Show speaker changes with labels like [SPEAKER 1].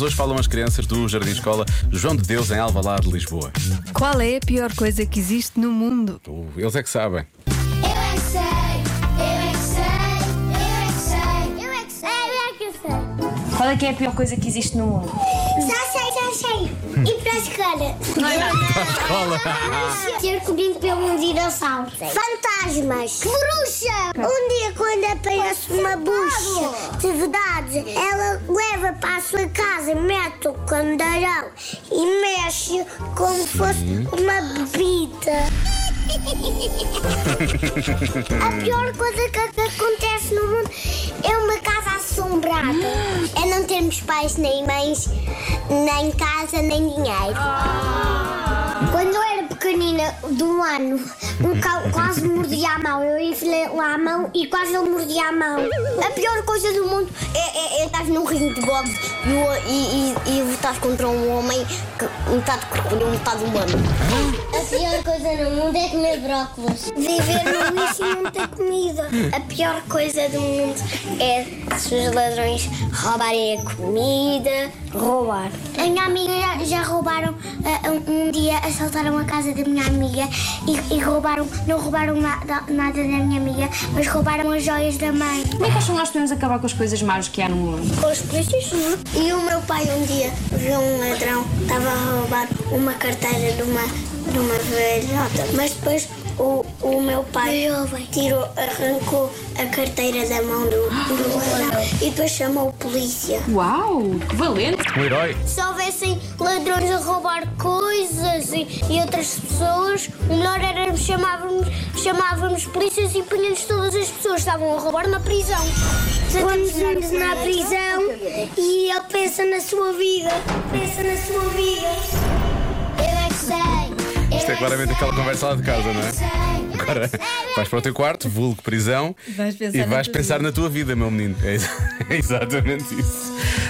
[SPEAKER 1] Hoje falam as crianças do Jardim Escola João de Deus em Alvalade, Lisboa.
[SPEAKER 2] Qual é a pior coisa que existe no mundo?
[SPEAKER 1] Uh, Eles é que sabem.
[SPEAKER 3] Eu é que sei, eu é que sei, eu é que sei, eu é que sei, eu é que sei.
[SPEAKER 4] Qual é que é a pior coisa que existe no mundo? Hum.
[SPEAKER 3] Já sei, já sei. E para a escola?
[SPEAKER 4] é
[SPEAKER 3] Para Ter comido pelo dinossauro. Fantasmas. Bruxa. Um dia quando aparece uma bruxa de verdade, ela leva para a sua casa, mete o candarão e mexe como fosse uma bebida. A pior coisa que que acontece no mundo é uma casa assombrada. É não termos pais nem mães, nem casa, nem dinheiro. Quando eu era pequenina, de um ano, um cão quase me mordia a mão. Eu enfilei lá a mão e quase ele mordia a mão. A pior coisa do mundo é, é, é estar num ringue de boxe e, o- e, e, e lutar contra um homem que metade corpo metade humano. A pior coisa no mundo é comer brócolis. Viver no lixo e não ter comida. A pior coisa do mundo é se os ladrões roubarem a comida. Roubar. A minha amiga já, já roubaram. ah, um, um dia assaltaram a casa da minha amiga e, e roubaram. Não roubaram nada, nada da minha amiga, mas roubaram as joias da mãe.
[SPEAKER 4] Como é que acham que nós podemos acabar com as coisas más que há no mundo?
[SPEAKER 3] Com os polícias? E o meu pai um dia viu um ladrão, estava a roubar uma carteira de uma, de uma velhota, mas depois o, o meu pai tirou, arrancou a carteira da mão do, do ladrão e depois chamou a polícia.
[SPEAKER 4] Uau, que valente!
[SPEAKER 1] Um herói.
[SPEAKER 3] Se houvessem ladrões a roubar coisas e, e outras pessoas, o melhor era chamávamos, chamávamos polícias e punhamos todas as pessoas que estavam a roubar na prisão. Põe-nos na prisão e ele pensa na sua vida. Pensa na sua vida. Eu é que sei.
[SPEAKER 1] Isto é claramente aquela conversa lá de casa, não é? Agora
[SPEAKER 3] é
[SPEAKER 1] tá vais para o teu quarto, vulgo prisão
[SPEAKER 2] Vais pensar
[SPEAKER 1] e
[SPEAKER 2] na
[SPEAKER 1] vais
[SPEAKER 2] tua
[SPEAKER 1] pensar na tua vida, meu menino. É ex- é exatamente isso.